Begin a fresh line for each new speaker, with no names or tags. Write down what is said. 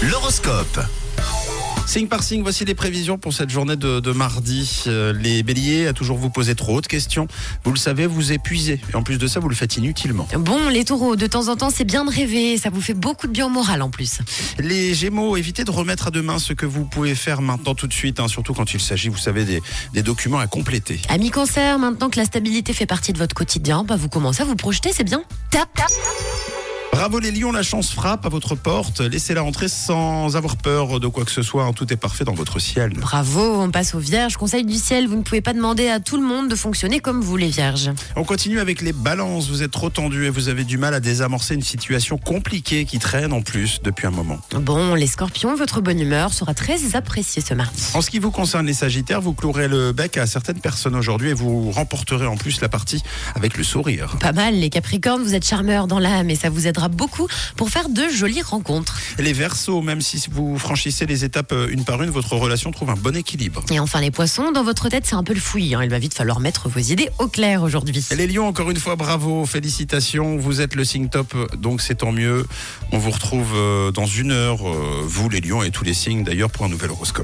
L'horoscope. Signe par signe, voici les prévisions pour cette journée de, de mardi. Euh, les béliers, à toujours vous poser trop de questions, vous le savez, vous épuisez. Et en plus de ça, vous le faites inutilement.
Bon, les taureaux, de temps en temps, c'est bien de rêver. Ça vous fait beaucoup de bien au moral en plus.
Les gémeaux, évitez de remettre à demain ce que vous pouvez faire maintenant tout de suite, hein, surtout quand il s'agit, vous savez, des, des documents à compléter.
Amis cancer, maintenant que la stabilité fait partie de votre quotidien, bah vous commencez à vous projeter, c'est bien. Tap, tap.
Bravo les lions, la chance frappe à votre porte. Laissez-la entrer sans avoir peur de quoi que ce soit. hein. Tout est parfait dans votre ciel.
Bravo, on passe aux vierges. Conseil du ciel, vous ne pouvez pas demander à tout le monde de fonctionner comme vous, les vierges.
On continue avec les balances. Vous êtes trop tendu et vous avez du mal à désamorcer une situation compliquée qui traîne en plus depuis un moment.
Bon, les scorpions, votre bonne humeur sera très appréciée ce mardi.
En ce qui vous concerne les Sagittaires, vous clouerez le bec à certaines personnes aujourd'hui et vous remporterez en plus la partie avec le sourire.
Pas mal, les capricornes, vous êtes charmeurs dans l'âme et ça vous aidera beaucoup pour faire de jolies rencontres.
Les Verseaux, même si vous franchissez les étapes euh, une par une, votre relation trouve un bon équilibre.
Et enfin, les poissons, dans votre tête, c'est un peu le fouillis. hein. Il va vite falloir mettre vos idées au clair aujourd'hui.
Les Lions, encore une fois, bravo, félicitations, vous êtes le signe top, donc c'est tant mieux. On vous retrouve euh, dans une heure, euh, vous les Lions et tous les signes d'ailleurs, pour un nouvel horoscope.